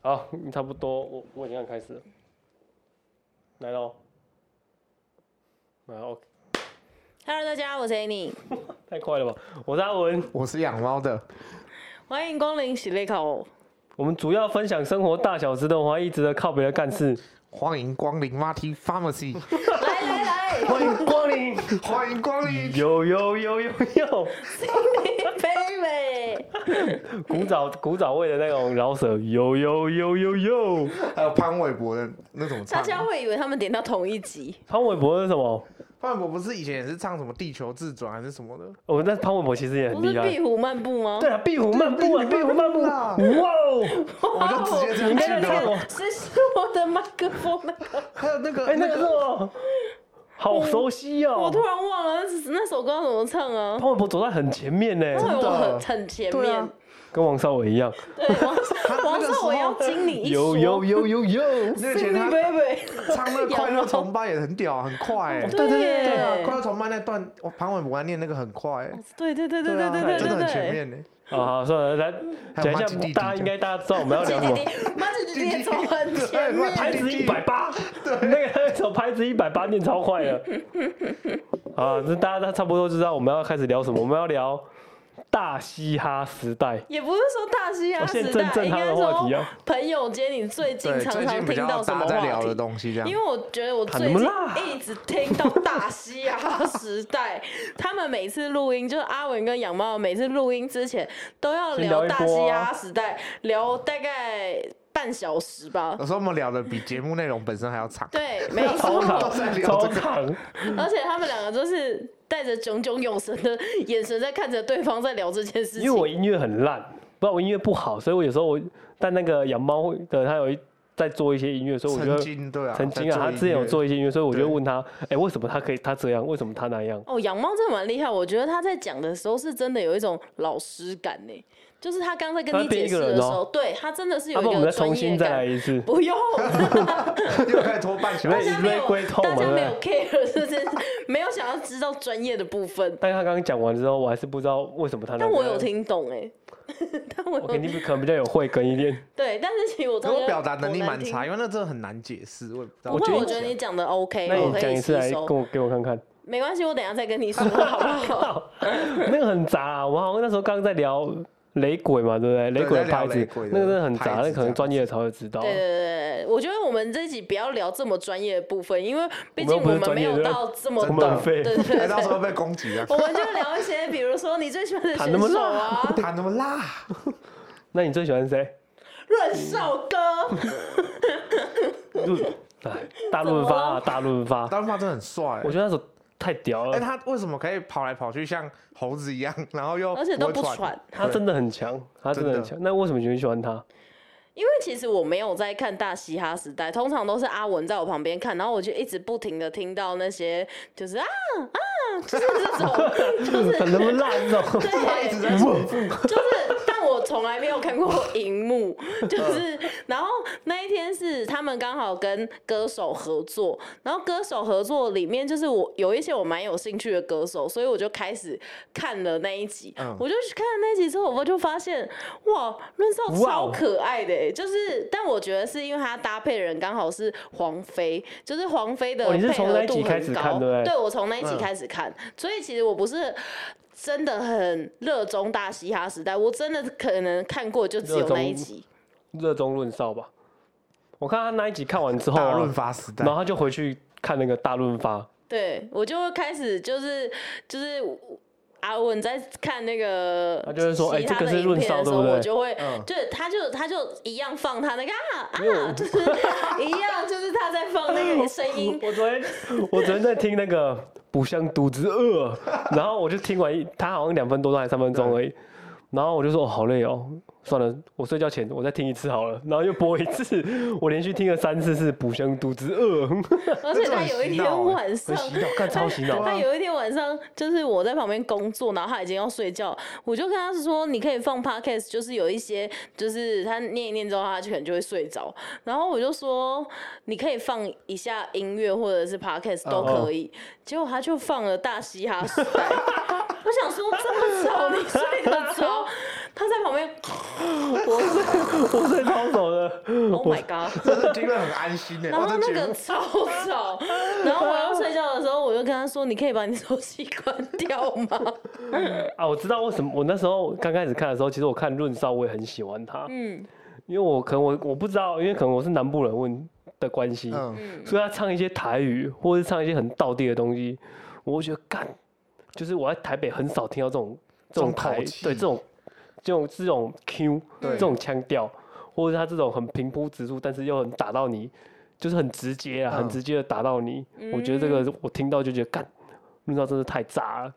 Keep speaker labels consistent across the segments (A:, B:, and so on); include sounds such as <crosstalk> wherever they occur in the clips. A: 好， <laughs> 差不多，我我已经按开始了，来喽，来 OK，
B: Hello，大家，我是 Annie，
A: 太快了吧！我是阿文，
C: 我是养猫的，
B: 欢迎光临喜力口。
A: 我们主要分享生活大小事的话，一直的靠别的干事。
C: 欢迎光临
A: <laughs>
C: Marty Pharmacy，
B: 来来来，
A: 欢迎光临！
C: 欢迎光
A: <laughs>
C: 临。
A: 有有有有有，
B: 贝贝，
A: 古早古早味的那种饶舌，有有有有有。
C: 还有潘玮柏的那种
B: 大
C: 唱，
B: 家会以为他们点到同一集，
A: 潘玮柏是什么？
C: 潘玮柏不是以前也是唱什么地球自转还是什么的？
A: 哦，那潘玮柏其实也很
B: 不
A: 厉
B: 是
A: 害
B: 壁。虎漫步吗？
A: 对啊，壁虎漫步啊，壁
C: 壁
A: 虎
C: 虎
A: 漫
C: 漫
A: 步！
C: 步
A: 哇
C: 啦
A: 哦，
C: 我就直接这
A: 你刚才
C: 样去
A: 唱
C: 的。
A: 我，
B: 是是我的麦克风那个，
C: 还有那个
A: 哎，那个是什么？好熟悉哦！
B: 我突然忘了那是那首歌怎么唱啊？
A: 潘玮柏走在很前面呢，
B: 因为我
C: 真的
B: 很很前
C: 对啊
B: 面，
A: 跟王少伟一样。
B: 对，王
C: 他
B: 王
C: 那个时
B: 少
C: 候
B: 伟要经理一
A: 有
B: 说，
A: 有有有有，
C: <laughs> 那个以前
B: 贝
C: 他
B: 贝，
C: 唱
B: <laughs>
C: 那个快乐崇拜也很屌啊，很快欸。
B: 对
C: 对啊，快乐崇拜那段，我潘玮柏念那个很快欸，
B: 对对对哦对
C: 啊
B: 对对
C: 真的
B: 对
C: 很前
B: 对。
C: 面欸呢。
A: 啊，好算了，来
C: 还有
A: 讲一下
C: 马吉弟，弟
A: 大家应该大家知道我们要
B: 弟
A: 聊什
B: 弟
C: <laughs>
A: 么
B: 弟。，妈弟弟弟走很前
C: 对
B: 面
C: 妈，
A: 拍子一百八，那个那首拍子一百八念超快
C: <laughs>
A: 的。啊，那大家差不多就知道我们要开始聊什么，我们要聊大嘻哈时
C: <laughs>
A: 代。
B: 也不是说大西洋
A: 我哦现在
B: 时
A: 正
B: 代，
A: 正
B: 应
A: 他
B: 该
A: 的
B: 说
A: 话题啊，
B: 朋友间你最近
C: 对，
B: 常
C: 最
B: 常
C: 近比
B: 听
C: 较
B: 到什
C: 大
B: 么
C: 家在聊的
B: 话题？
C: 东西这啊样
B: 因。为我觉得我
A: 谈
B: 最
A: 什么
B: 近
A: 啦
B: 一直听到大西洋时代，他们每次录音就是阿文跟养猫，每次录音之前都要
A: 先聊
B: 聊
A: 一波啊
B: 大西洋时代，聊大概半小时吧。
C: 有时候我们聊的比节目内容本身还要长。
B: 对，没
A: 超
B: 错，
A: 长
C: 在，聊
A: 超
C: 这个
A: 长。
B: 而且他们两个都是带着炯炯有神的眼神在看着对方，在聊这件事情。
A: 因为我音乐很烂，不知道我音乐不好，所以我有时候我但那个养猫的他有一在做一些音乐，所以我觉
C: 曾
A: 得
C: 经对啊，
A: 曾经啊，
C: 在
A: 他之前有
C: 音乐
A: 做一些音乐，所以我就
C: 对
A: 问他，哎，为什么他可以他这样，为什么他那样？
B: 哦，养猫真的蛮厉害，我觉得他在讲的时候是真的有一种老师感呢，就是他刚才跟
A: 他
B: 你
A: 变
B: 解
A: 一
B: 释
A: 个人
B: 的时
A: 哦
B: 候，对他真的是
A: 要
B: 有
A: 啊不然
B: 一
A: 我们
B: 个
A: 再重
B: 专业
A: 新再来
B: 感。
A: 一次。<laughs>
B: 不用，
C: 又开始拖半小
B: 大
C: 时
B: 家没
A: 瑞龟
B: 有，
A: 痛
B: 大家
A: 嘛
B: 没有 care 这件事，没有想要知道专业的
A: <laughs>
B: 部分。
A: 但是他刚刚讲完之后，我还是不知道为什么他那
B: 但
A: 样。
B: 我有听懂哎， <laughs> 但我
A: 我肯
B: 有
A: 定可能比较有慧根一点。
B: 对，但是其实我
C: 可
B: 真
C: 是
B: 的
C: 我表达能力蛮
B: 听
C: 差，因为那真的很难解释，我也不知道。
B: 不
A: 觉得
B: 过我觉得你讲的 OK，
A: 那
B: 我
A: 你
B: 可
A: 讲
B: 以
A: 一次
B: 吸
A: 来
B: 收
A: 跟。我给我看看。
B: 没关系，我等一下再跟你
A: <laughs>
B: 说好不好？
A: 那个很杂、啊，我好像那时候刚刚在聊雷鬼嘛，对不对？雷鬼的拍
C: 在聊
A: 子
C: 雷鬼，的
A: 那个真的很杂，
C: 拍子
A: 那可能专业的才会知道。
B: 对对对对，我觉得我们这一集不要聊这么专业的部分，因为毕竟
A: 我们又不
B: 我
A: 是
B: 们
A: 专
B: 没有
A: 业的
B: 到这么
A: 我
B: 懂
A: 们很废
B: 对，对对
C: 哎，到时候被攻击啊！
B: 我们就聊一些，比如说你最喜欢的
A: 谈那么
B: 选手啊， <laughs>
C: 谈那么辣，
A: 那你最喜欢谁？
B: 润少哥，
A: 陆，哎，大润发、啊，大润发，
C: 当发真的很帅
A: 我。觉得那首太屌
C: 哎，
A: 了，
C: 他为什么可以跑来跑去像猴子一样，然后又
B: 而且都
C: 不
B: 不喘
C: 会喘？。
A: 他真的很强，他真的很强。那为什么你会喜欢他？
B: 因为其实我没有在看《大嘻哈时代》，通常都是阿文在我旁边看，然后我就一直不停的听到那些就是啊啊，就是这
A: <laughs>
B: 种，就是
A: 很能不能辣这种？
C: 他一直在
B: 对，
C: 重复，
B: <laughs> 就是，但我从来没有看过
A: <laughs>
B: 荧幕，就是，然后那一天是他们刚好跟歌手合作，然后歌手合作里面就是我有一些我蛮有兴趣的歌手，所以我就开始看了那一集，
C: 嗯
B: 我就去看了那一集之后，我就发现哇，润少
A: 哇哦
B: 超可爱的、欸，就是，但我觉得是因为他搭配人刚好是黄飞，就是黄飞的
A: 哦你是
B: 配
A: 从
B: 合
A: 那一集
B: 度
A: 开始
B: 很
A: 看
B: 高，
A: 对不对
B: 对我从那一集
C: 嗯
B: 开始看，所以其实我不是真的很热衷大嘻哈时代，我真的可能看过就只有那一集。
A: 热衷论少吧。我看他那一集看完之后、
C: 大润
A: 啊，
C: 发时代
A: 然后，他就回去看那个大润发，
B: 对，我就会开始就是就是阿文在看那个
A: 他就会说
B: 其
A: 哎
B: 他
A: 这个
B: 的
A: 是
B: 影
A: 论
B: 片
A: 少
B: 的时
A: 对
B: 候，
A: 不对
B: 我就会
C: 嗯
B: 就是他就他就一样放他那个啊
A: 因为我 <laughs>
B: 啊，就是 <laughs> 一样就是他在放那个声
A: <laughs>
B: 音，
A: 我昨天我昨天在听那个《不像肚子饿》，然后我就听完一，他好像两分多钟还是三分钟而已，然后我就说哦好累哦，算了，我睡觉前我再听一次好了，然后又播一次， <laughs> 我连续听了三次是《不像肚子饿》，
B: 而且他有一
C: 欸
B: 天晚上
A: 很。欸洗脑，看超洗脑
C: 对。
B: <laughs>
C: 啊
B: 他有一天晚上，就是我在旁边工作，然后他已经要睡觉，我就跟他说：“你可以放 podcast，就是有一些，就是他念一念之后，他就可能就会睡着。”然后我就说：“你可以放一下音乐或
C: 嗯
B: 者是 podcast 都可以。结果他就 <laughs> 放了《大嘻哈时代》，我想说这么早你睡得着？他在旁边，我
C: <laughs>
B: 是
A: 我睡 <laughs> 超熟的，
B: Oh my god！
C: <laughs> 真的听了很安心欸呢。
B: 然
C: 哇
B: 后
C: 这
B: 那
C: 节
B: 个
C: 目
B: 超吵，然后我要睡觉的时候，我就跟他说：“你可以把你手机关掉吗
A: 啊，我知道为什么我那时候刚开始看的时候，其实我看论少我也很喜欢他？”，
B: 嗯
A: 因为我可能我我不知道，因为可能我是南部人问的关系，
C: 嗯，
B: 嗯，
A: 所以他唱一些台语或者是唱一些很道地的东西，我会觉得干，就是我在台北很少听到这种这种
C: 这种口
A: 台
C: 气
A: 对这种这种这种 Q
C: 对
A: 这种腔调，或者是他这种很平铺直述，但是又很打到你，就是很直接啊，很
C: 嗯
A: 直接的打到你。我觉得这个我听到就觉得干，论到真的太炸了。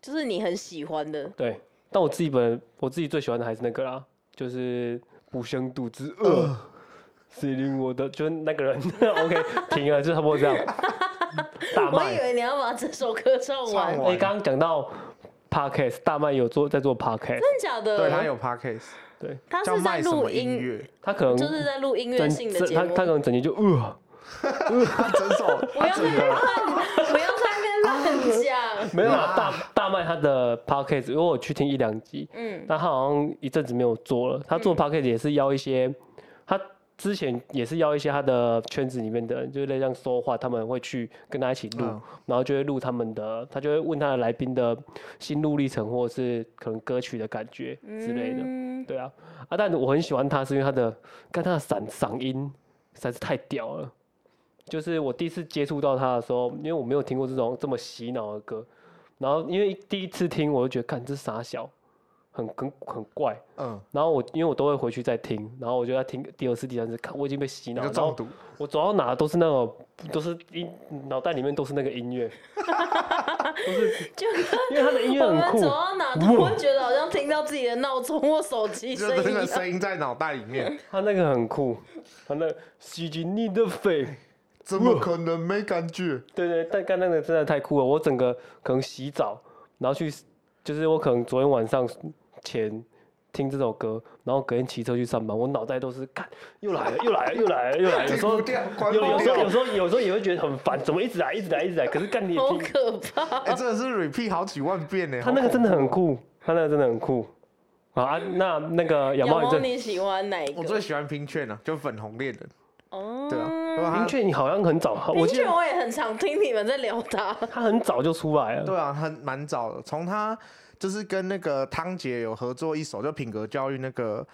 B: 就是你很喜欢的，
A: 对，但我自己本我自己最喜欢的还是那个啦，就是不相度之恶，谁令我的就是那个人。OK，停了，就差不多这样。大
B: 我以
A: 麦，
B: 为你要把这首歌唱完，
C: 唱
B: 真
C: 完
A: 你刚刚讲到 podcast，大麦有做在做 podcast，
B: 的假的？
C: 对他有 podcast，
A: 对
B: 他
C: 叫
B: 是在
C: 卖什
B: 录
C: 么音
B: 音，
C: 乐？ <laughs>
A: 他可能
B: 就是在录音乐
A: 整
B: 性的
A: 整
B: 节
A: 他
B: 目。
A: 他可能整天就呃，
C: 他整首，
B: <laughs> 不
C: 他
B: 要
C: 整
B: 在那边
C: 个
B: 乱，不要
C: <laughs>
B: 在那边乱讲。
A: <laughs> 没有啊。大大麦他的 podcast，因为我去听一两集，
B: 嗯
A: 但他好像一阵子没有做了。他做 p o c a s t 也是邀一些，他之前也是邀一些他的圈子里面的人，就是类似像说话，他们会去跟他一起录，
C: 嗯
A: 然后就会录他们的，他就会问他的来宾的心路历程，或者是可能歌曲的感觉之类的。
B: 嗯
A: 对啊，啊，但我很喜欢他，是因为他的，看他的嗓嗓音实在是太屌了。就是我第一次接触到他的时候，因为我没有听过这种这么洗脑的歌，然后因为第一次听我就觉得，看这傻小，很很很怪。
C: 嗯，
A: 然后我因为我都会回去再听，然后我就要听第二次、第三次，看我已经被洗
C: 你
A: 脑，
C: 就
A: 了。
C: 中毒。
A: 我走到哪都是那种，都是音，脑袋里面都是那个音乐，
B: 就
A: 因为他的音乐
B: 我
A: 很
B: 们
A: 酷
B: 走。到哪都会觉得好像听到自己的闹钟或手机
C: 就
B: 声
C: 是那
B: 音
C: 个
B: 一样。
C: 声音在脑袋里
B: <laughs>
C: 面，
A: 他那个很酷，他那吸进你的肺，
C: 怎么可能没感觉？
A: 对对，但刚那个真的太酷了，我整个可能洗澡，然后去，就是我可能昨天晚上前听这首歌，然后隔天骑车去上班，我脑袋都是看又来了又来了又来了又来了，有时
C: 停
A: 候
C: <laughs> 不掉，关
A: 有有
C: 不
A: 时候有
C: 掉。
A: 时候有时候也会觉得很烦，怎么一直来一直来一直来，可是干你也
B: 好
A: 听，
B: 可怕！
C: 哎，真的是 repeat 好几万遍呢。
A: 他那个真的很酷，他那个真的很酷。好啊，那那个养
B: 养
A: 猫你
B: 猫
A: 这
B: 你喜欢哪一
C: 我最
B: 个？
C: 喜欢拼券啊，就粉红猎人，
B: 哦
A: 嗯
C: 对啊，因为
A: 明
C: 他
A: 确你好像很早，我
B: 冰
A: 记
B: 卷
A: 得
B: 我也很常听你们在聊它。
A: 他很早就出来了。
C: 对啊，很蛮早的，从他就是跟那个汤姐有合作一首，就品格教育那个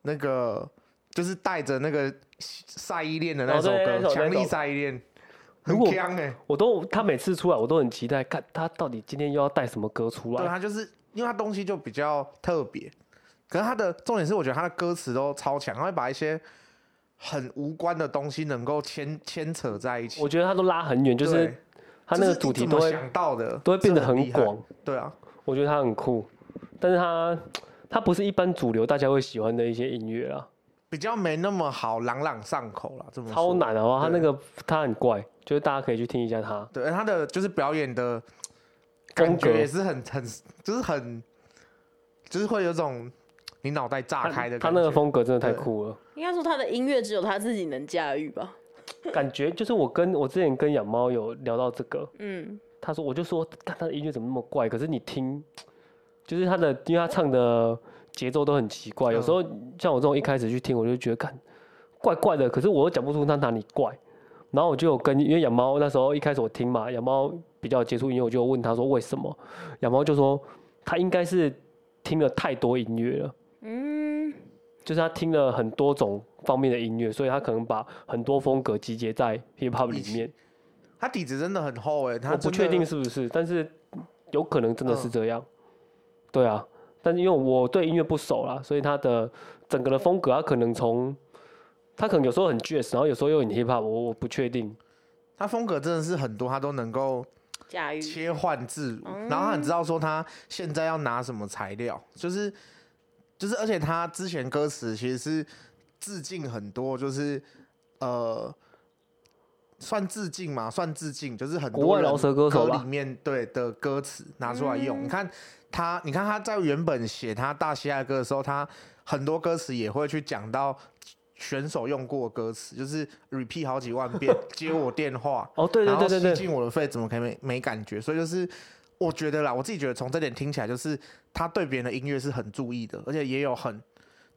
C: 那个，就是带着那个晒衣恋的那首
A: 哦对那首
C: 歌，强
A: 那
C: 力
A: 首
C: 晒衣恋，
A: 如
C: 很
A: 果
C: 强哎。
A: 我都他每次出来，我都很期待，看他到底今天又要带什么歌出
C: 对，啊
A: 来。
C: 他就是因为他东西就比较特别，可是他的重点是，我觉得他的歌词都超强，他会把一些很无关的东西能够牵牵扯在一起。
A: 我觉得他都拉很远，就是
C: 对
A: 他那个主题
C: 就是你
A: 都
C: 怎么
A: 会
C: 想到的，
A: 都会变得
C: 这很
A: 很
C: 厉害
A: 广。。
C: 对啊，
A: 我觉得他很酷，但是他他不是一般主流大家会喜欢的一些音乐啦，
C: 比较没那么好朗朗上口啦，这么说
A: 超。难的话，他那
C: 对
A: 个他很怪，就是大家可以去听一下他。
C: 对，他的就是表演的
A: 风
C: 感
A: 格
C: 觉也是很很，就是很，就是会有种你脑袋炸开的
A: 他
C: 感觉。
A: 那个风格真的太
C: 对
A: 酷了。
B: 应该说他的音乐只有他自己能驾驭吧。
A: 感觉就是我跟我之前跟养猫有聊到这个，
B: 嗯，
A: 他说我就说，看他的音乐怎么那么怪，可是你听，就是他的，因为他唱的节奏都很奇怪，有时候
C: 嗯
A: 像我这种一开始去听，我就觉得看怪怪的，可是我又讲不出他哪里怪。然后我就有跟，因为养猫那时候一开始我听嘛，养猫比较接触音乐，我就有问他说为什么，养猫就说他应该是听了太多音乐了。
B: 嗯，
A: 就是他听了很多种方面的音乐，所以他可能把很多风格集结在 hip hop 里面。
C: 他底子真的很厚哎、他
A: 我不
C: 真的
A: 确定是不是，但是有可能真的是
C: 嗯
A: 这样。对啊，但是因为我对音乐不熟啦，所以他的整个的风格，他可能从他可能有时候很 jazz，然后有时候又很 hip hop，我我不确定。
C: 他风格真的是很多，他都能够
B: 驾驭。
C: 切换自如，然后他很知道说他现在要拿什么材料，就是就是，而且他之前歌词其实是致敬很多，就是呃，算致敬嘛，算致敬，就是很
A: 国
C: 多
A: 外
C: 人
A: 饶舌歌手吧
C: 里面对的歌词拿出来用。你看他，你看他在原本写他大西亚的歌的时候，他很多歌词也会去讲到。选手用过的歌词就是 repeat 好几万遍，接我电话，
A: 哦，对对
C: 然后
A: 对对
C: 吸
A: 对，
C: 进我的肺，怎么可以没没感觉？所以就是我觉得啦，我自己觉得从这点听起来，就是他对别人的音乐是很注意的，而且也有很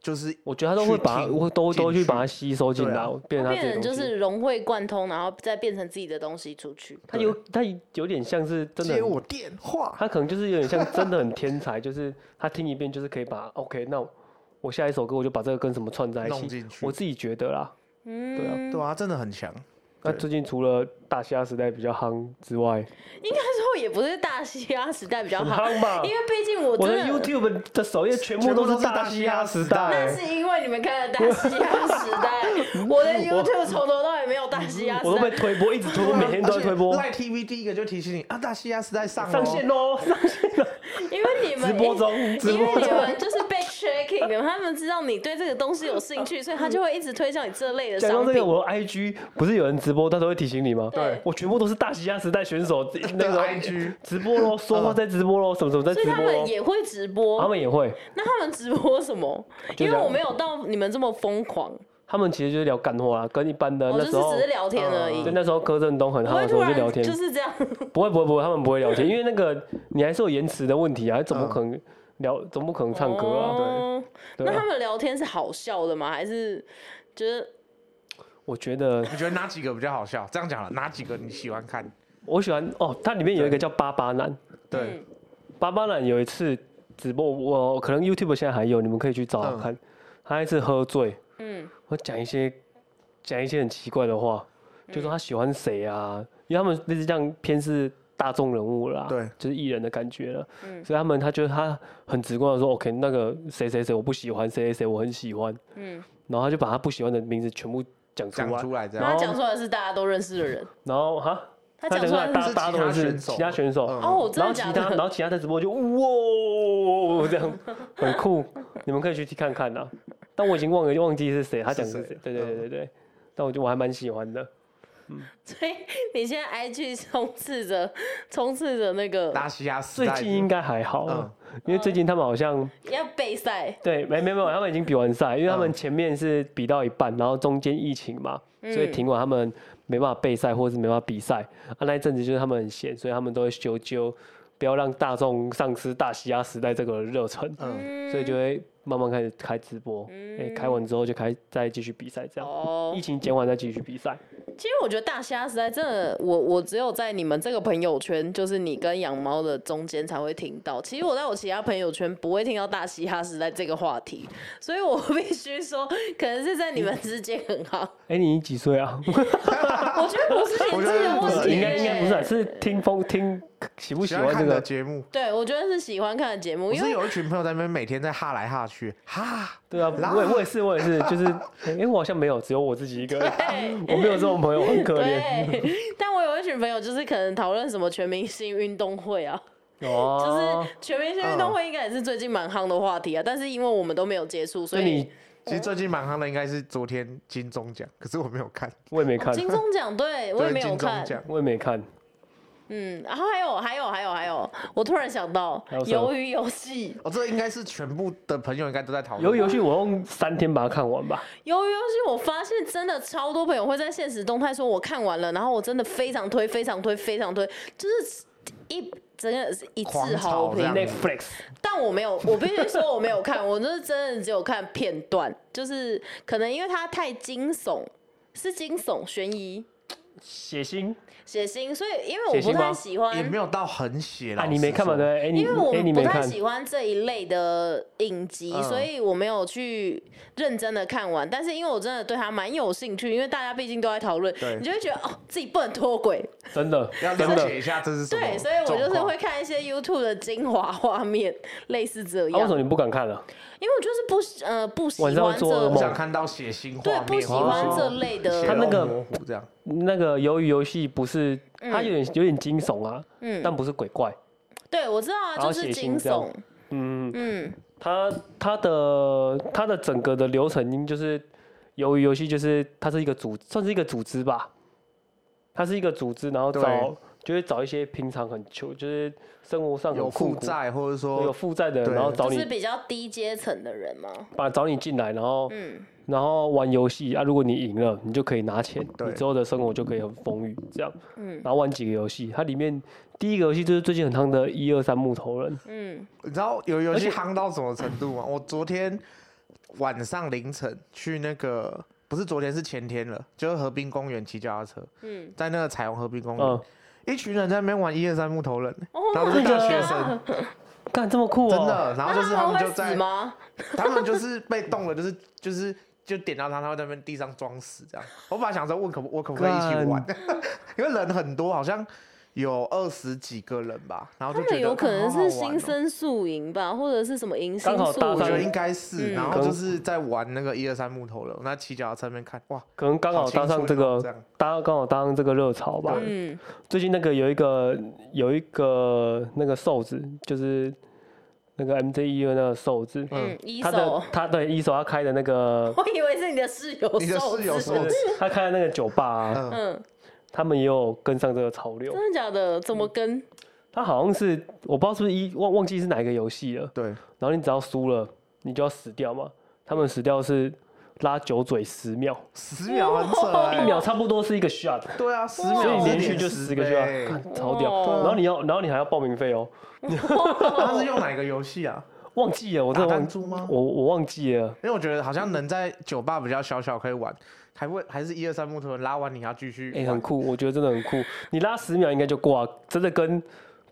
C: 就是
A: 我觉得他都会把
C: 去听
A: 我都都
C: 进
A: 去
C: 去
A: 把它吸收进
C: 对
A: 来
C: 啊，
A: 变成他
B: 变
A: 自己的
B: 成就
A: 东西。
B: 是融会贯通，然后再变成自己的东西出去。
A: 他有他有点像是真的
C: 接
A: 很，
C: 我电话，
A: 他可能就是有点像真的很天才，就是他听一遍就是可以把 OK，那我下一首歌我就把这个跟什么串在一
C: 弄
A: 起。
C: 进去
A: 我，自己觉得啦，对啊
B: 嗯，
C: 对啊，真的很强。
A: 那
C: 对
A: 最近除了大虾时代比较夯之外，
B: 应该说也不是大西亚时代比较
A: 很
B: 好，
A: 夯吧
B: 因？为毕竟我
A: 我
B: 真
A: 的
B: 的
A: YouTube 的首页全部
C: 全部
A: 都
C: 都
A: 是
C: 是
A: 大
C: 大
A: 西
C: 嘻
A: 亚
C: 哈
A: 时
C: 时代
B: 那
A: 代，
B: 是因为你们看了《大西洋时
A: <laughs>
B: 代》，我的 YouTube 从头到尾没有《大西洋时代
A: 我都》被推播，一直推播，每天都在推播，
C: 啊赖 TV 第一个就提醒你啊，大西亚时代上
A: 上线
C: 了，
A: 喽，上线喽，
B: 因为你们
A: 直播中，直
B: 因为
A: 播
B: 你
A: 中。
B: 们就是被 shaking 的，他们知道你对这个东西有
A: <laughs>
B: 兴趣，所以他就会一直推销你这类的
A: 讲到
B: 商
A: 这
B: 品。
A: 个，我 IG 不是有人直播，他都会提醒你吗？
B: 对
A: 我全部都是大西亚时代选手那个
C: IG
A: 直播喽，说话在直播喽，什么什么在
B: 所
A: 直
B: 以他
A: 播
B: 们
A: 咯，
B: 也会直播，
A: 他们也会，
B: 那他们直播什么？
A: 就
B: 因为
A: 聊
B: 我没有到你们这么疯狂，
A: 他们其实就是聊干话啦，跟一般的
B: 我
A: 那
B: 哦就
A: 时
B: 是
A: 候嗯
B: 只是聊天而已
A: 就，那时候柯震东很
B: 不
A: 夯
B: 会
A: 的时候
B: 突
A: 就
B: 然
A: 聊天，
B: 就是这样。
A: 不会不会不会，他们不会聊天，
B: <laughs>
A: 因为那个你还是有延迟的问题啊，怎么可能聊，怎么可能唱歌啊？
B: 嗯哦
A: 对
B: 那
A: 啊
B: 他们聊天是好笑的吗？还是就是
A: 我觉得
C: 你觉得哪几个比较好笑？这样讲了，哪几个你喜欢
A: 嗯
C: 看？
A: 我喜欢哦，它里面有一个叫巴巴男，
C: 对，
A: 巴巴男有一次直播，我可能 YouTube 现在还有，你们可以去找找看，
C: 嗯
A: 他那次喝醉。
B: 嗯
A: 我讲一些讲一些很奇怪的话，
B: 嗯
A: 就说他喜欢谁啊，因为他们类似这样偏是大众人物啦，
C: 对
A: 就是艺人的感觉了，
B: 嗯
A: 所以他们他觉得他很直观的说，OK，那个谁谁谁我不喜欢，谁谁谁我很喜欢，
B: 嗯，
A: 然后他就把他不喜欢的名字全部讲出
C: 讲
A: 来，
C: 出来这
B: 那
C: 样
B: 他讲出来是大家都认识的人，
A: 然后哈，
B: 他讲出来
A: 大
B: 是
A: 家大家都
C: 是
A: 是
C: 其他选手
A: 其他选手，
C: 嗯
B: 哦，真
A: 然后
B: 的
A: 其
B: 假
A: 他，然
B: 的？
A: 后其他在直播就哇这
B: <laughs>
A: 样，很酷，你们可以去看看呐、但我已经忘了忘记是谁，他讲的是
C: 是谁嗯
A: 谁，对对对对对，但我觉得我还蛮喜欢的。
B: 所以你现在 IG 充斥着充斥着那个
C: 大嗯西亚时
A: 最
C: 代
A: 近应该还好啊，因为最近他们好像
B: 要备赛，
A: 对没没没有，他们已经比完赛，因为他
C: 嗯
A: 们前面是比到一半，然后中间疫情嘛，所
C: 嗯
A: 以停完他们没办法备赛或者是没办法比赛。啊，那一阵子就是他们很闲，所以他们都会修纠，不要让大众丧失大西亚时代这个热忱，
C: 嗯，
A: 所以就会慢慢开始开直播，哎，开完之后就开再继续比赛这样。
B: 哦
A: 疫，情减完再继续比赛，
B: 其实我觉得大虾时代真的，我我只有在你们这个朋友圈，就是你跟养猫的中间才会听到。其实我在我其他朋友圈不会听到大嘻哈时代这个话题，所以我必须说，可能是在你
A: 嗯
B: 们之间很好。
A: 哎，你几岁啊？
B: 我觉得不是年纪的
C: 我觉得不
B: 问
C: 是
A: <laughs>
B: 题，
A: 应该应该不是啊，是听风听喜不
C: 喜
A: 喜
C: 欢
A: 欢这
C: 看的
A: 个？
C: 节目。
B: 对，我觉得是喜欢看的节目，
C: 我
B: 因
C: 是
B: 为
C: 有一群朋友在那边每天在哈来哈去，哈，
A: 对啊，
C: 啦
A: 我也我也是，我也是，就是，哎、诶我好像没有，只有我自己一个人，
C: <laughs>
B: 对
A: 我没有这种朋友，很啊 <laughs> 可怜。
B: 对，但我有一群朋友，就是可能讨论什么全明星运动会啊，就
A: 哦
B: 是，全明星运动会应该也是最近蛮夯的话题啊。但是因为我们都没有接触，所
A: 所以
B: 以
A: 你
C: 其实最近蛮夯的应该是昨天金钟奖，可是我没有看，
A: 我也没看，
B: 金钟奖对我也没
C: 对
B: 有
C: 金钟
B: 看，
C: 奖，
A: 我也没看，
B: 嗯，然后还有还有还有还有，我突然想到
A: 还有什么
B: 鱿鱼游戏，
C: 哦，这应该是全部的朋友应该都在讨论。
A: 游游戏我用三天把它看完吧。
B: 鱿鱼游戏，我发现真的超多朋友会在现实动态说我看完了，然后我真的非常推非常推非常推，就是一整个是一致
C: 狂
B: 好
C: 炒这
B: 评
C: 样。
A: Netflix
B: 但我没有，我必须说我没有看，我就是真的只有看片段，就是可能因为它太惊悚，是惊悚悬疑
A: 血腥
B: 血腥，所以因为我
A: 血腥
B: 不
A: 吗
B: 太喜欢，
C: 也没有到很血啦。
A: 啊，你没看嘛？对不对？
C: 老实
A: 哎、你
B: 因为我
A: 哎、你
B: 不
A: 没
B: 太
A: 看，
B: 喜欢这一类的影集，
C: 嗯
B: 所以我没有去认真的看完。但是因为我真的对它蛮有兴趣，因为大家毕竟都在讨论
C: 对，
B: 你就会觉得哦自己不能脱轨，
A: 真的
C: 说要
A: 真
C: 了
A: 的。
C: 解一下这是什么
B: 对，所以我就是
C: 状
B: 会
C: 况
B: 看一些 YouTube 的精华画面，类似这
A: 啊，为
B: 样
A: 什。么你不敢看了？
B: 因为我就是不喜呃不喜
A: 晚上会
B: 欢
A: 做噩
B: 这
A: 梦
C: 想看到血腥画
B: 对
C: 面，
B: 不喜
C: 或者
B: 欢
C: 是
B: 这类
C: 血
B: 的
A: 他，那个
C: 肉模糊这样，
A: 那个鱿鱼游戏不是，它有点有点惊悚啊，
B: 嗯
A: 但不是鬼怪，
B: 对我知道啊，
A: 然后
B: 就
A: 血
B: 是
A: 腥
B: 惊
A: 这样
B: 悚，
A: 嗯，
B: 嗯
A: 它它的它的整个的流程就是，由于游戏就是它是一个组，算是一个组织吧，它是一个组织，然后找
C: 对
A: 就会找一些平常很穷，就是生活上很
C: 有
A: 困
C: 负
A: 苦
C: 债或者
A: 对有
C: 说
A: 负债的人，
C: 对
A: 然后找
B: 就
A: 你
B: 是比较低阶层的人嘛，
A: 把找你进来，然后
B: 嗯
A: 然后玩游戏啊，如果你赢了，你就可以拿钱，
C: 对
A: 你之后的生活就可以很丰裕，这样。
B: 嗯
A: 然后玩几个游戏，它里面第一个游戏就是最近很夯的一二三木头人，
B: 嗯，
C: 你知道有游
A: 而
C: 戏
A: 且
C: 夯到什么程度吗？我昨天晚上凌晨去那个，不是昨天是前天了，就是河滨公园骑脚踏车，
B: 嗯
C: 在那个彩虹河滨公园，
A: 嗯，
C: 一群人在那边玩一二三木头人，
B: 哦啊
C: 然后都是大学生，
A: 干这么酷
C: 真
A: 哦！
C: 的，然后就是他们
B: 那
C: 就
B: 会死
C: 在，
B: 吗？
C: 他们就是被动了，就是就是。就点到他，他会在那边地上装死这样。我本来想说问可不，我可不可以一起玩？ <laughs> 因为人很多，好像有二十几个人吧。然后
B: 他
C: 就觉
B: 们
C: 得哦
B: 有可能
A: 哦
B: 是新
C: 新生。
B: 生宿营吧，或者是什么迎新
A: 刚好
B: 宿
A: 搭
C: 我觉得
A: 上
B: 营
C: 应。该是，
B: 嗯
C: 然后就是在玩那个一二三木头人，那骑脚踏车那边看，哇，
A: 可能刚好搭上这
C: 好青春哦
A: 个
C: 这样
A: 搭刚好搭上这个热潮吧。
B: 嗯，
A: 最近那个有一个有一个那个瘦子，就是那个 MJ 一的那个瘦子，
B: 嗯一
A: 他
B: 手，
A: 的他对一手他开的那个
B: 我以为是你的室友，
C: 你的室友
B: 是
C: 瘦子，
A: 他开的那个酒吧、啊，
C: 嗯，
B: 嗯，
A: 他们也有跟上这个潮流。
B: 真的假的？怎么
A: 嗯
B: 跟？
A: 他好像是我不知道是不是一忘忘记是哪一个游戏了，
C: 对，
A: 然后你只要输了，你就要死掉嘛。他们死掉是拉九嘴十秒，
C: 十秒很扯
A: 一
C: 欸，
A: 秒差不多是一个 shot，
C: 对啊，十秒
A: 所以你
C: 是
A: 连续
C: 点
A: 就
C: 10
A: 十个
C: 倍
A: shot，看超屌。
B: 哇
A: 然后你要，然后你还要报名费哦，
C: 他是用哪个游戏啊？
A: 忘记了，我
C: 打
A: 真的
C: 弹
A: 忘，
C: 珠吗？
A: 我我忘记了。
C: 因为我觉得好像能在酒吧比较小小可以玩，还会还是一二三木头人拉完你要继续
A: 哎、
C: 玩
A: 很，酷，我觉得真的很酷。你拉十秒应该就挂，真的跟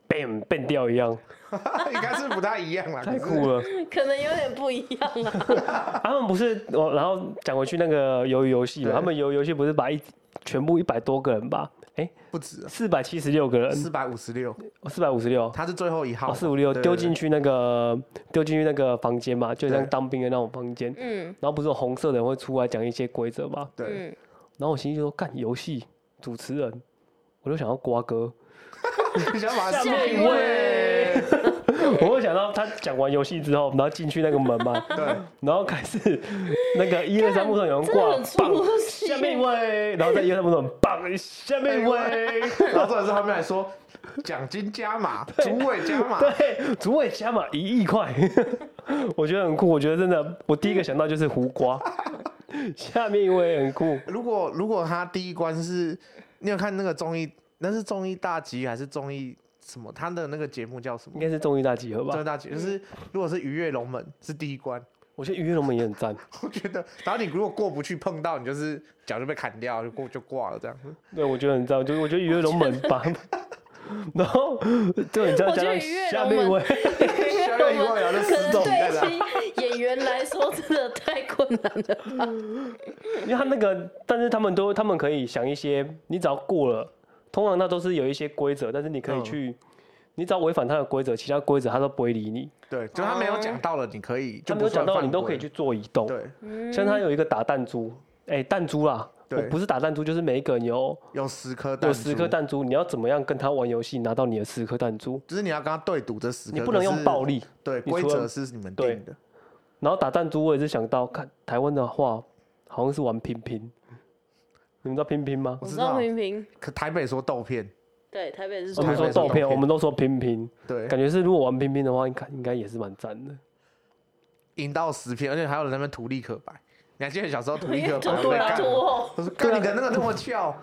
A: bam 变掉一样，
C: <laughs> 应该是不太一样啦，
A: 太
C: 可是
A: 酷了。
B: 可能有点不一样啊。
A: 他们不是我，然后讲回去那个鱿鱼游戏嘛，
C: 对
A: 他们鱿鱼游戏不是把一全部一百多个人吧？哎、
C: 不止
A: 四百七十六个人，哦
C: 四百五十六，
A: 四百五十六，
C: 他是最后一号
A: 啊，
C: 嘛，
A: 四五六
C: 对
A: 丢进，去那个丢进去那个房间嘛，就像
C: 对
A: 当兵的那种房间。
C: <laughs>
B: 嗯
A: 然后不是有红色的人会出来讲一些规则嘛？
C: 对对，
B: 嗯，
A: 然后我心里就说，干游戏主持人，我就想要瓜哥，
C: 对 <laughs> 你想把它
A: 下
B: 面
C: 一
B: 一
C: 位，
A: <laughs> 我会想到他讲完游戏之后，然后进去那个门嘛， <laughs>
C: 对。
A: 然后开始那个一二三木头有人
B: 真
A: 挂
B: 的很，
A: 棒，
B: 出戏。
A: 下面一位，然后再一二三木头棒，下面一位，
C: 然后重点是他们还说奖金
A: <laughs>
C: 加码，主委加码，
A: 对，主委加码一亿块， <laughs> 我觉得很酷，我觉得真的，我第一个想到就是胡 <laughs> 瓜，下面一位很酷，
C: 如果如果他第一关是，你有看那个综艺，那是综艺大集还是综艺什么？他的那个节目叫什
A: 应
C: 么？
A: 该是综艺大集合
C: 综
A: 吧？
C: 艺大集就是，如果是鱼跃龙门是第一关， <laughs>
A: 我觉得鱼跃龙门也很赞，
C: 我觉得，然后你如果过不去碰到，你就是脚就被砍掉，就过就挂了这样。
A: 对，我觉得很赞，就是我觉得鱼跃龙门吧。 <laughs> 然后，对，你知道
B: 我
A: 加
B: 觉得
A: 上
B: 鱼跃
A: 下
B: 龙
A: 面一
B: 门
A: 位，
C: 下面一位啊，就
B: 可
C: 死
B: 能
C: 总在哪？
B: 对一些演员来说真的太困难了。
A: 因为他那个，但是他们都他们可以想一些，你只要过了，通常那都是有一些规则，但是你可以
C: 嗯
A: 去，你只要违反他的规则，其他规则他都不会理你，
C: 对，就他没有讲到了，你可以就
A: 哦他没
C: 不
A: 有讲
C: 算
A: 到
C: 犯
A: 你都
C: 规
A: 可以去做移动。
C: 对，
A: 像他有一个打弹珠，哎、弹珠啦，我
C: 对
A: 不是打弹珠，就是每一个人有
C: 有十颗弹
A: 有
C: 珠，
A: 十颗弹珠，你要怎么样跟他玩游戏拿到你的十颗弹珠？
C: 就是你要跟他对赌这十颗，
A: 你不能用
C: 可是
A: 暴力。
C: 对，
A: 你
C: 规
A: 除了
C: 则是你们定的。
A: 然后打弹珠，我也是想到，看台湾的话，好像是玩拼拼，你们知道拼拼吗？
B: 我
C: 我知
B: 知
C: 道
B: 道平平，
C: 可台北说豆片，
B: 对台北是
A: 我
B: 说
A: 们
C: 台北
A: 说
C: 是
A: 豆
C: 豆
A: 片，
C: 片
A: 我们都说拼拼，
C: 对，
A: 感觉是如果玩拼拼的话，你看应该也是蛮赞
C: <laughs>
A: 的。
C: 赢到十片，而且还有人在那边图立可白。你还记得小时候图立可白我
B: <laughs> 对
C: 被
B: 啊，
C: 干
B: 拖
C: 过？
B: 后
C: 我说干你的那个那么翘，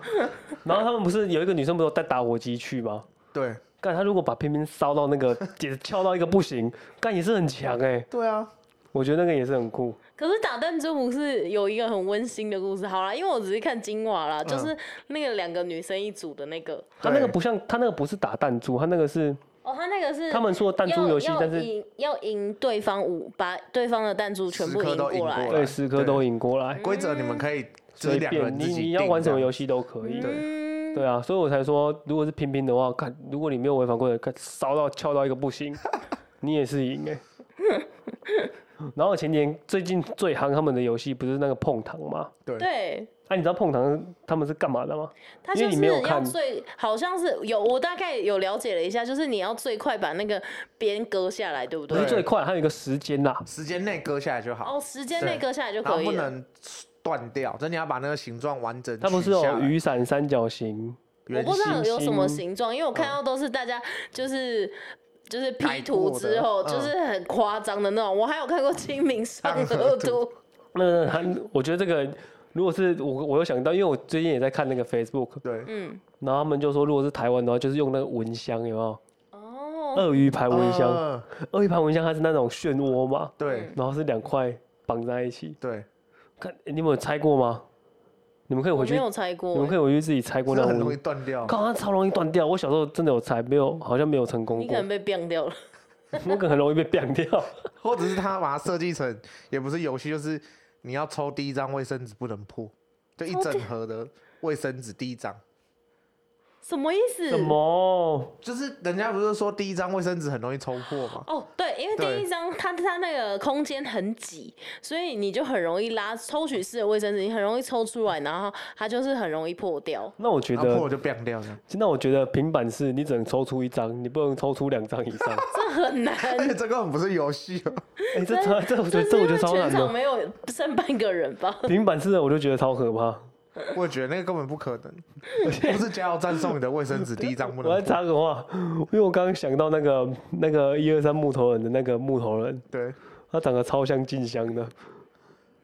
A: 然后他们不是有一个女生不是有带打火机去吗？
C: 对
A: 干，她如果把拼拼烧到那个， <laughs> 也翘到一个不行，干也是很强哎、
C: 对啊，
A: 我觉得那个也是很酷。
B: 可是打弹珠不是有一个很温馨的故事？好啦，因为我只是看精华
C: 嗯
B: 啦，就是那个两个女生一组的那个。
A: 他那个
C: 对
A: 不像，他那个不是打弹珠，他那个是
B: 哦，他那个是
A: 他们说的弹珠游戏
B: 要，
A: 但是
B: 赢要赢对方五，把对方的弹珠全部
C: 十颗
B: 赢
C: 都赢
B: 过来。
C: 过来
A: 对十颗都赢过来，
C: 规则你们可以就是
A: 随
C: 两个人
A: 便你
C: 自己
A: 你要玩什么游
C: 戏？
A: 戏都可以。
B: 嗯，
A: 对啊，所以我才说，如果是拼拼的话，看如果你没有违反规则，看烧到翘到一个不
C: <laughs>
A: 行，你也是赢哎、然后前年最近最夯他们的游戏不是那个碰糖吗？
C: 对，
B: 对。
A: 哎、你知道碰糖他们是干嘛的吗？
B: 他
A: 因
B: 就
A: 为
B: 是
A: 你没有
B: 要
A: 看
B: 最，好像是有我大概有了解了一下，就是你要最快把那个边割下来，对不
A: 不
B: 对
A: 是？最快，还有一个时间啦。
C: 时间内割下来就好，
B: 哦，时间内割下来就
C: 然后
B: 可
C: 不
B: 以了。啊
C: 能断掉，就你要把那个形状完整取下
A: 它
C: 来。
A: 不是有雨伞、三角形，
B: 我
C: 圆
B: 不知道
A: 形
B: 有什么
A: 心
B: 形状，因为我
A: 嗯
B: 看到都是大家就是。就是
C: 改
B: P
C: 过
B: 图
C: 的
B: 之后，
C: 嗯
B: 就是很夸张的那种。我还有看过《清明上
C: 上河
B: 河
C: 图
B: 图》，
A: 那他，我觉得这个如果是我，我有想到，因为我最近也在看那个 Facebook，
C: 对，
B: 嗯，
A: 然后他们就说，如果是台湾的话，就是用那个蚊香，有没有？
B: 哦，
A: 鳄鱼牌蚊香，
C: 呃
A: 鳄鱼牌蚊香它是那种漩涡嘛，
C: 对
A: 然后是两块绑在一起。
B: 嗯
C: 对，
A: 看你们有拆过吗？你们可以
B: 我
A: 回去
B: 没，有拆
A: 你们
B: 过
A: 可，以回去自己拆过
C: 真
A: 那种
C: 的很容
A: 蚊
C: 易断掉。
A: 靠，它超容易断掉。我小时候真的有拆，没有，好像没有成功
B: 欸你可
A: 过 <laughs>
B: 能。被变掉了。
A: 我可能很容易被 <laughs> 变掉。
C: 或者是他把它设计成也不是游戏，就是你要抽第一张卫生纸不能破，就一
B: 抽第
C: 整盒的卫生纸第一张，
B: 什么意思？
A: 什么？
C: 就是人家不是说第一张卫生纸很容易抽破吗？
B: 哦，对，因为
C: 对
B: 第一张它它那个空间很挤，所以你就很容易拉抽取式的卫生纸，你很容易抽出来，然后它就是很容易破掉。
A: 那我觉
C: 然后破
A: 得，
C: 就变掉了，
A: 那我觉得平板是你只能抽出一张，你不能抽出两张以
C: <laughs>
A: 上。
B: 这
A: <laughs>
B: 很难，
C: 而
A: 嗯
C: <laughs> 且这根本不是游戏哦，
A: 哎、这超这我觉得
B: 是
A: 这我
B: 因
A: 觉得
B: 为
A: 超
B: 全
A: 难
B: 场
A: 的。
B: 没有剩半个人吧？
A: 平板式的我就觉得超可怕。
C: 我也觉得那个根本不可能，不是加油站送你的卫生纸第一张不
A: 我
C: 能
A: 在
C: 破，
A: 插个话，因为我刚刚想到那个那个一二三木头人的那个木头人，
C: 对，
A: 他长得超像静香的，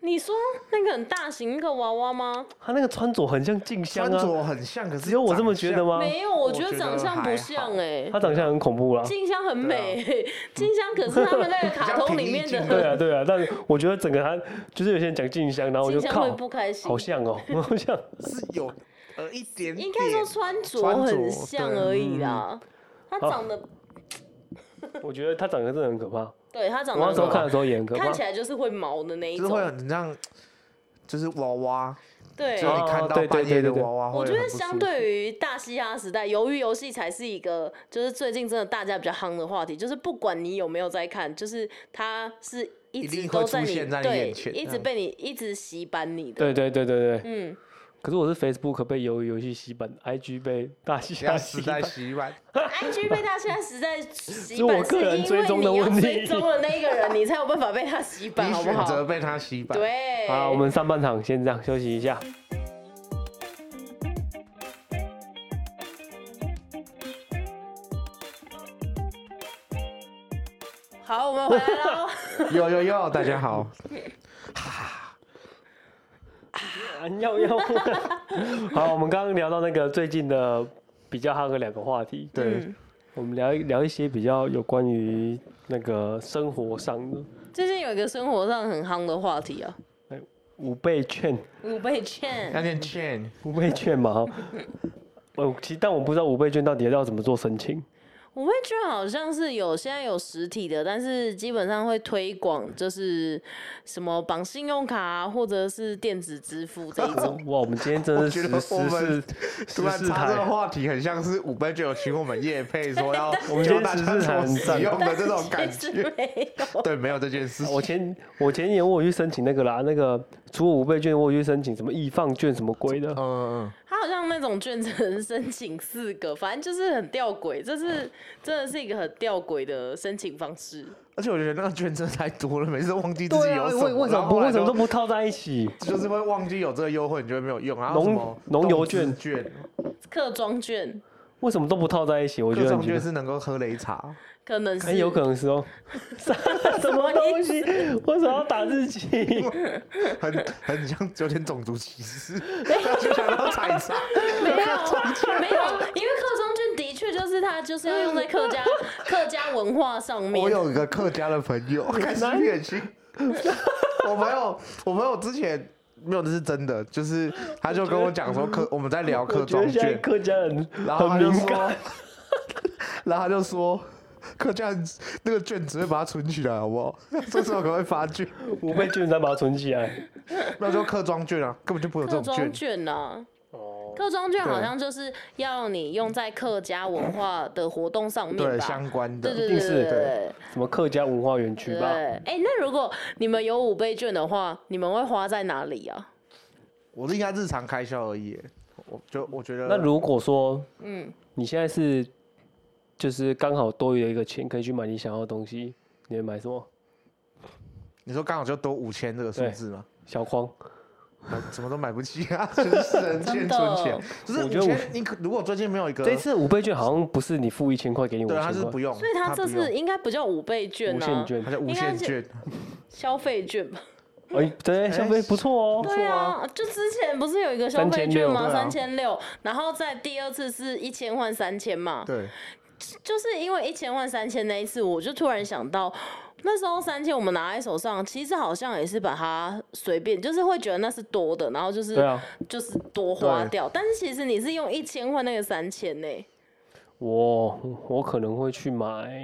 B: 你说那个很大型那个娃娃吗？
A: 他那个穿着很像静香
C: 穿
A: 啊。
C: 着很像，可是
A: 只有我这么觉得
C: 长
A: 吗？
B: 没有，我
C: 我
B: 觉得
C: 觉
B: 长
C: 得
B: 相
C: 还
B: 不
C: 好
B: 像哎、
A: 他长相很恐怖啊啦。
B: 静香很美、静香可是
A: 对啊
B: 他们那个卡通里面
C: 比较平易近
A: <laughs> 对
B: 的
A: 啊，对啊，但我觉得整个他就是有些人讲静香，然后我
B: 静
A: 就
B: 香
A: 靠
B: 会，不开心
A: 好。像哦，好像。
C: 像是有呃一点点，
B: 应该说穿着
C: 穿着
B: 很像
A: 嗯
C: 对
B: 而已啦，他长得
A: 我觉得他长得真的很可怕。
B: 对他长
A: 我
B: 得
A: 那时候
B: 很
A: 看的时候也很可怕。
B: 看起来就是会毛的那一
C: 就是会
B: 种。
C: 很像，就是娃娃，
B: 对
C: 就，是你看
A: 哦
C: 到
A: 对对
C: 半夜
A: 对
C: 的
A: 对对
C: 娃娃会
B: 我
C: 很不
B: 觉
C: 舒
B: 得
C: 服，
B: 相对于大嘻哈时代，鱿鱼游戏才是一个就是最近真的大家比较夯的话题，就是不管你有没有在看，就是它是一
C: 一
B: 直
C: 定
B: 都
C: 会
B: 在
C: 出
B: 你
C: 现在你
B: 对
C: 眼前，嗯
B: 一直被你一直洗版你的。
A: 对对对对对。
B: 嗯，
A: 可是我是 Facebook 被鱿鱼游戏洗版，IG 被大
B: <laughs>
A: 西
C: 要
A: 亚
C: 时
A: 洗
C: 代
A: 版。
C: 洗碗， <laughs>
B: IG 被他现在实在洗
A: 是我
B: 版，
A: 个人
B: 是
A: 追
B: 因
A: 踪
B: 为
A: 的
B: 你要
A: 问题
B: 追踪了那个人，你才有办法被他洗版，
C: 你
B: 好不
C: 选择
B: 好？
C: 被他洗版，
B: 对，
A: 好，我们上半场先这样休息一下。
B: 好，我们回来喽。
C: 有有有，大家好，
B: 嗯
A: 要要。好，我们刚刚聊到那个最近的比较夯的两个话题，
C: 对，
B: 嗯
A: 我们聊一聊一些比较有关于那个生活上的
B: <laughs> 最近有一个生活上很夯的话题啊，
A: 五倍券， <laughs>
B: 五倍
C: 要
B: 券。
C: 念 chain，
A: 五倍券嘛。哈我其实但我不知道五倍券到底要怎么做申请。
B: 五倍券好像是有现在有实体的，但是基本上会推广，就是什么绑信用卡、啊、或者是电子支付这一
C: <laughs>
B: 种。
A: 哇，我们今天真的是
C: 我觉
A: 十
C: 得
A: 十
C: 我们
A: 四十
C: 突然
A: 四
C: 插这个
A: 台，
C: 话题，很像是五倍就有请我们叶配说 <laughs> 要
A: 我们今
C: 教
A: 天
C: 大
A: 十
C: 家
A: 四
C: 怎
A: 台
C: 么
A: 很
C: 使
A: 赞
C: 用的这种感
B: 其 <laughs> 实
C: 觉， <laughs>
B: 没有，
C: 对，没有这件事情嗯
A: 我，前我前年我有去申请那个啦，那个除了五倍券，我有去申请什么易放券什么鬼的
C: 嗯，嗯
B: 它好像那种券只能申请四个，反正就是很吊诡，这是真的是一个很吊诡的申请方式。
C: 嗯，而且我觉得那个捐赠太多了，每次都忘记自己有啊什
A: 为
C: 么，
A: 为什
C: 然
A: 么
C: 后
A: 不
C: 后
A: 啊
C: 来
A: 为什么都不套在一起？
C: 就是会忘记有这个优惠，你就会没有用，然后
A: 农
C: 什么
A: 农游
C: 动资
A: 券
C: 券，
B: 客装券
A: 为什么都不套在一起？我觉
C: 各
A: 得
C: 种
A: 很奇怪
C: 券是能够喝擂茶，
B: 可能
A: 哎，
B: 是
A: 有可能是 <laughs> 哦。什么哦东西？为什么要打日期？
C: 很 <laughs> 很像有点种族歧视，
B: <laughs>
C: 就想要采茶，
B: 没有，没有，因为客庄券的确就是它就是要用在客
C: <laughs>
B: 家客家文化上面。
C: 我有一个客家的朋
A: <laughs>
C: 友，开始远行。 <laughs> 我朋友，我朋友之前没有，这是真的，就是他就跟我讲说
A: <laughs>
C: 客，我们在聊客
A: 我觉
C: 庄
A: 得现在
C: 券，
A: 客家人
C: 然后他
A: 很
C: 就
A: 敏
C: 说
A: 感。，
C: <laughs> 然后他就说。客家人那个券只会把它存起来，好不好？这时候可能会发券，
A: 五倍券才把它存起 <laughs> 来。
C: 那就客庄券啊，根本就不会有
B: 客
C: 这种
B: 庄
C: 券。
A: 啊
B: 券呢、客庄券好
C: 对
B: 像就是要你用在客家文化的活动上面
C: 对，
B: 吧。
C: 相关的，
B: 对对
A: 一定
B: 对
A: 是
B: 对对
A: 什么客家文化园区
B: 对。
A: 吧？
B: 哎、那如果你们有五倍券的话，你们会花在哪里啊？
C: 我是应该日常开销而已。我就我觉得，
A: 那如果说
B: 嗯，
A: 你现在是就是刚好多余的一个钱，可以去买你想要的东西，你会买什么？
C: 你说刚好就多五千这个数
A: 对
C: 字吗？
A: 小框，
C: 我什么都买不起
B: <laughs>
C: 啊，就是省
B: 真
C: 钱存
B: 的
C: 钱。就是
A: 我
C: 五
A: 觉得我
C: 千，你可如果最近没有一个，
A: 这次五倍券好像不是你付一千块给你五
C: 对啊
A: 千
C: 他是
A: 块，
C: 不用，
B: 所以它
C: 他
B: 这
C: 不用
B: 次应该不叫五倍券
A: 无
B: 啊，
A: 限券
C: 他，叫无
B: 应该
C: 限
B: 是
C: 券，
B: 消费券吧？
A: 哎，对，
C: 哎
A: 消费不错哦。
B: 对啊，就之前不是有一个消费券吗？
C: 3600对啊
B: 三千六，然后再第二次是一千换三千嘛，
C: 对，
B: 就是因为一千换三千那一次，我就突然想到，那时候三千我们拿在手上，其实好像也是把它随便，就是会觉得那是多的，然后就是、
A: 对啊，
B: 就是多花
C: 对
B: 掉。但是其实你是用一千换那个三千呢，
A: 我我可能会去买，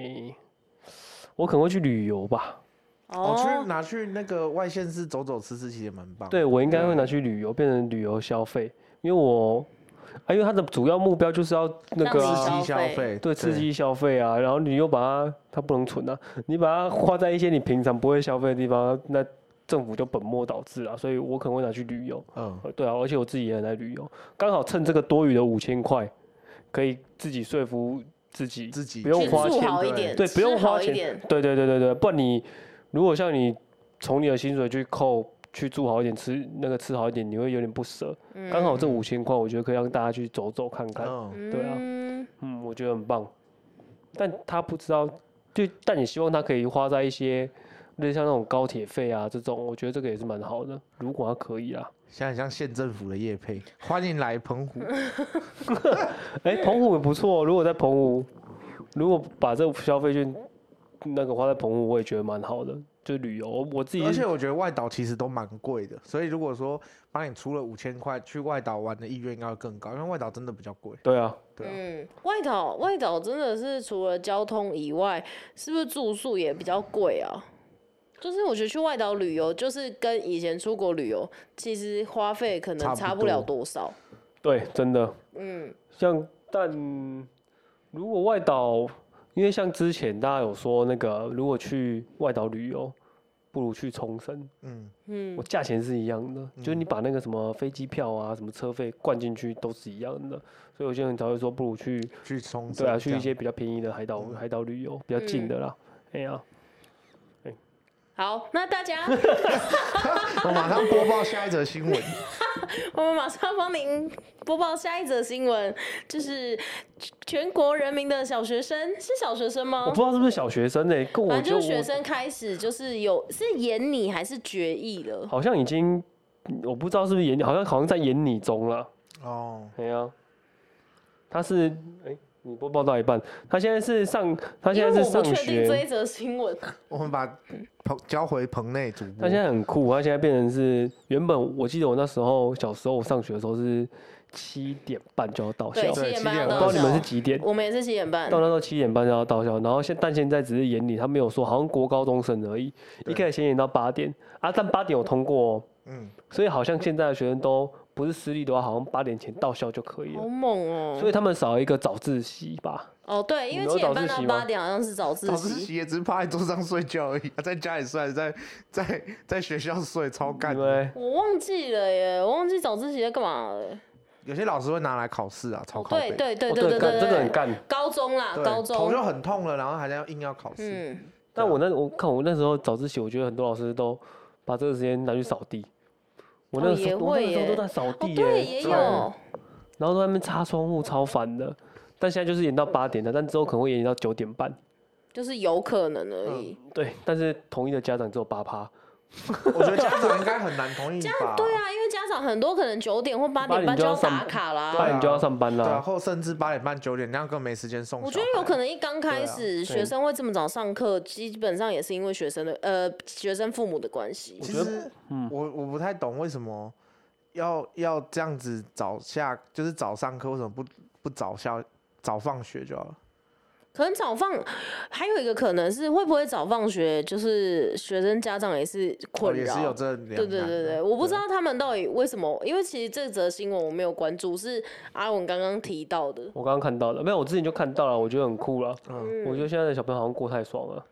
A: 我可能会去旅游吧。
B: 哦
C: 我哦去拿去那个外县市走走吃吃，其实也蛮棒。
A: 对，我应该会拿去旅游，变成旅游消费，因为我啊，因为它的主要目标就是要那个
B: 让
A: 啊、
B: 你消
C: 刺激消费，
A: 对刺激消费啊，然后你又把它它不能存啊，你把它花在一些你平常不会消费的地方，那政府就本末倒置了，所以我可能会拿去旅游。
C: 嗯，
A: 呃对啊，而且我自己也很爱旅游，刚好趁这个多余的五千块，可以自己说服自己，
C: 自己
A: 不用
B: 去
A: 花
B: 住
A: 钱
B: 好一
C: 对
B: 点，
A: 对，不用
B: 吃好
A: 花
B: 一
A: 钱
B: 点。
A: 对对对对对，不然你如果像你从你的薪水去扣，去住好一点，吃那个吃好一点，你会有点不舍。
B: 嗯
A: 刚好这五千块，我觉得可以让大家去走走看看。
C: 嗯，
A: 对啊
B: 嗯，
A: 嗯，我觉得很棒。但他不知道，就但也希望他可以花在一些，类似像那种高铁费啊这种，我觉得这个也是蛮好的。如果他可以啊啦，
C: 现在很像县政府的业配，欢迎来
A: <laughs>
C: 澎湖。
A: 哎、澎湖也不错哦、如果在澎湖，如果把这消费券那个花在澎湖，我也觉得蛮好的。就旅游，我自己是
C: 而且我觉得外岛其实都蛮贵的，所以如果说帮你出了五千块去外岛玩的意愿应该会更高，因为外岛真的比较贵。
A: 对啊，
C: 对啊
B: 嗯，外岛外岛真的是除了交通以外，是不是住宿也比较贵啊？就是我觉得去外岛旅游，就是跟以前出国旅游，其实花费可
C: 差
B: 能
C: 不
B: 差不了
C: 多
B: 多少。
A: 对，真的。
B: 嗯，
A: 像但如果外岛，因为像之前大家有说那个，如果去外岛旅游，不如去冲绳，
C: 嗯，
A: 我价钱是一样的，就是你把那个什么飞机票啊、什么车费灌进去都是一样的，所以有些人才会说不如去，
C: 去冲绳
A: 对啊，去
C: 这
A: 一
C: 样
A: 些比较便宜的海
C: 嗯
A: 岛海岛旅游，比较近的啦。哎呀，
B: 好，那大家，
C: 我马上播报下一则新闻。
B: 我们马上帮您播报下一则新闻，就是全国人民的小学生是小学生吗
A: 我不？知道是不是小学生呢、欸跟我
B: 反
A: 觉得
B: 正就是学
A: 我
B: 生开始就是有是演你还是决议了？
A: 好像已经，我不知道是不是演，好像好像在演你中了。
C: 哦，
A: 对呀、他是哎、你播报到一半，他现在是上，他
B: 因
A: 现
B: 为
A: 在
B: 我
A: 是
B: 不
A: 上
B: 确定这
A: 学，
B: 一则新闻。
C: 我们把彭交回棚内主
A: 他
C: 播
A: 现。在很酷，他现在变成是原本我记得我那时候小时候我上学的时候是七点半就要到校，
B: 对，
A: 不
B: 七
C: 对
B: 点
C: 七
B: 半
C: 点
B: 要
C: 半
A: 知
B: 到
A: 道
B: 校。
A: 你们是几点？
B: 我们也是七点半
A: 到。那时候七点半就要到校，然后现但现在只是演你，他没有说好像国高中生而已，一开始先演到八点啊，但八点有通过、哦，
C: 嗯，
A: 所以好像现在的学生都不是私立的话，好像八点前到校就可以
B: 好
A: 了，
B: 猛哦、
A: 所以他们少一个早自习吧。
B: 哦，对，因为
A: 你
B: 七
A: 们有早自
B: 点半到
A: 习吗
B: 八点好像是早自
C: 早自
B: 习。
C: 习也只是趴在桌上睡觉而已， <laughs> 他在家里睡，还是在在在学校睡，超干哦
A: 因
C: 的。
A: 为
B: 我忘记了耶，我忘记早自习在干嘛了。
C: 有些老师会拿来考试啊，超
B: 哦，
C: 靠
B: 对
C: 背。
B: 对对
A: 哦
B: 对对
A: 干
B: 对，
A: 这个很干。
B: 高中啦，
C: 对啊
B: 高
C: 头就
B: 中。
C: 很痛了，然后还要硬要考试。
B: 嗯，
A: 但我那我看我那时候早自习，我觉得很多老师都把这个时间拿去扫地。我那
B: 哦
A: 个时
B: 也
A: 候、我那
B: 会
A: 个时候
B: 耶
A: 都在扫
B: 哦
A: 地耶、
B: 对，也有
A: 对，啊然后都在那边擦窗户，超烦的。但现在就是延到八点了，但之后可能会延到九点半。
B: 就是有可能而已。
A: 对，但是同意的家长只有八趴，
C: <laughs> 我觉得家长应该很难
B: <laughs>
C: 同意吧？
B: 对啊，因为家长很多可能九点或八点
A: 8
B: 半
A: 点
B: 就
A: 就
B: 要
A: 要
B: 打
A: 上
B: 卡啦。
C: 对啊
A: 八点就要上班
C: 对啊，
A: 啦。
C: 或甚至八点半九点，那样更没时间送小
B: 我
C: 孩。
B: 觉得有可能一刚开
A: 对
B: 始、
A: 啊
B: 学生会这么早上课，基本上也是因为学生的呃学生父母的关系。
C: 其
A: 觉得
C: 实，我我不太懂为什么要要这样子早下，就是早上课为什么不不早下早放学就好了？
B: 可能早放，还有一个可能是会不会早放学，就是学生家长也是
C: 哦
B: 困
C: 也是
B: 扰。
C: 有这两
B: 对对
C: 难
B: 对
C: 的
B: 对，我不知道他们到底为什么，因为其实这则新闻我没有关注，是阿文刚刚提到的。
A: 我刚刚看到的，没有，我之前就看到了，我觉得很酷了。
C: 嗯
A: 我觉得现在的小朋友好像过太爽了。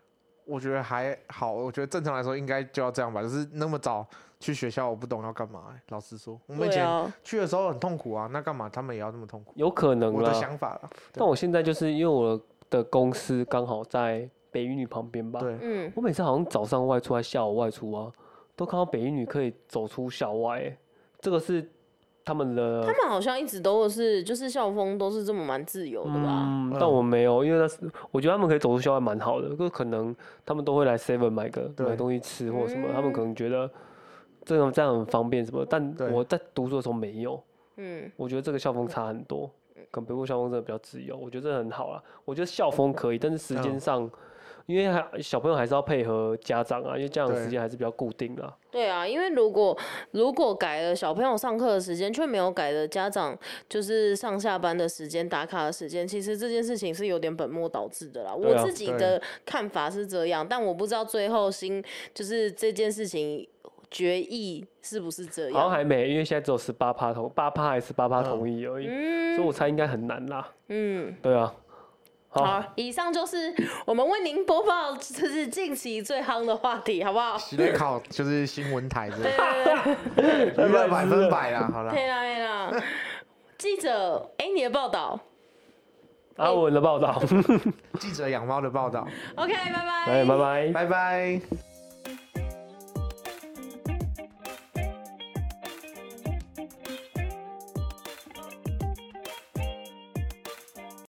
C: 我觉得还好，我觉得正常来说应该就要这样吧，就是那么早去学校，我不懂要干嘛、欸老实说，我们以
B: 对
C: 前
B: 啊，
C: 去的时候很痛苦啊，那干嘛他们也要那么痛苦？
A: 有可能
C: 我的
A: 啦，
C: 想法了，
A: 但我现在就是因为我的公司刚好在北一女旁边吧，
C: 对，
B: 嗯，
A: 我每次好像早上外出还下午外出啊，都看到北一女可以走出校外、欸，这个是他们的
B: 他。们好像一直都是就是校风都是这么蛮自由的吧？
A: 嗯
C: 嗯，
A: 但我没有，因为那是我觉得他们可以走出校外蛮好的，可是可能他们都会来 Seven 买个
C: 对
B: 嗯
A: 买东西吃或什么，他们可能觉得这种这样很方便什么，但
C: 对
A: 我在读书的时候没有，
B: 嗯，
A: 我觉得这个校风差很多，跟北部校风真的比较自由，我觉得这很好啦。我觉得校风可以，但是时间
C: 嗯
A: 上，因为还小朋友还是要配合家长啊，因为家长时
C: 对
A: 间还是比较固定啦。
B: 对啊，因为如果如果改了小朋友上课的时间，却没有改了家长就是上下班的时间、打卡的时间，其实这件事情是有点本末倒置的啦。
A: 对啊
B: 我自己的看法是这样，但我不知道最后新就是这件事情决议是不是这
A: 好像
B: 样。
A: 还没，因为现在只有十八趴同八趴还是八
C: 嗯
A: 趴同意而已，所以我猜应该很难啦。
B: 嗯，
A: 对啊，好，
B: 好，以上就是我们为您播报，就是近期最夯的话题，好
A: <laughs>
B: 不好？
C: 喜瑞考就是新闻台之类的，
B: 对对对
C: 娱乐百分百啦，好啦，
B: 对啦对啦，记者，哎、你的报道
A: 阿文的报道，
C: 记者养猫的报道，
B: ，OK，拜
A: <laughs>
B: 拜，
A: 哎，拜拜。
C: 拜拜。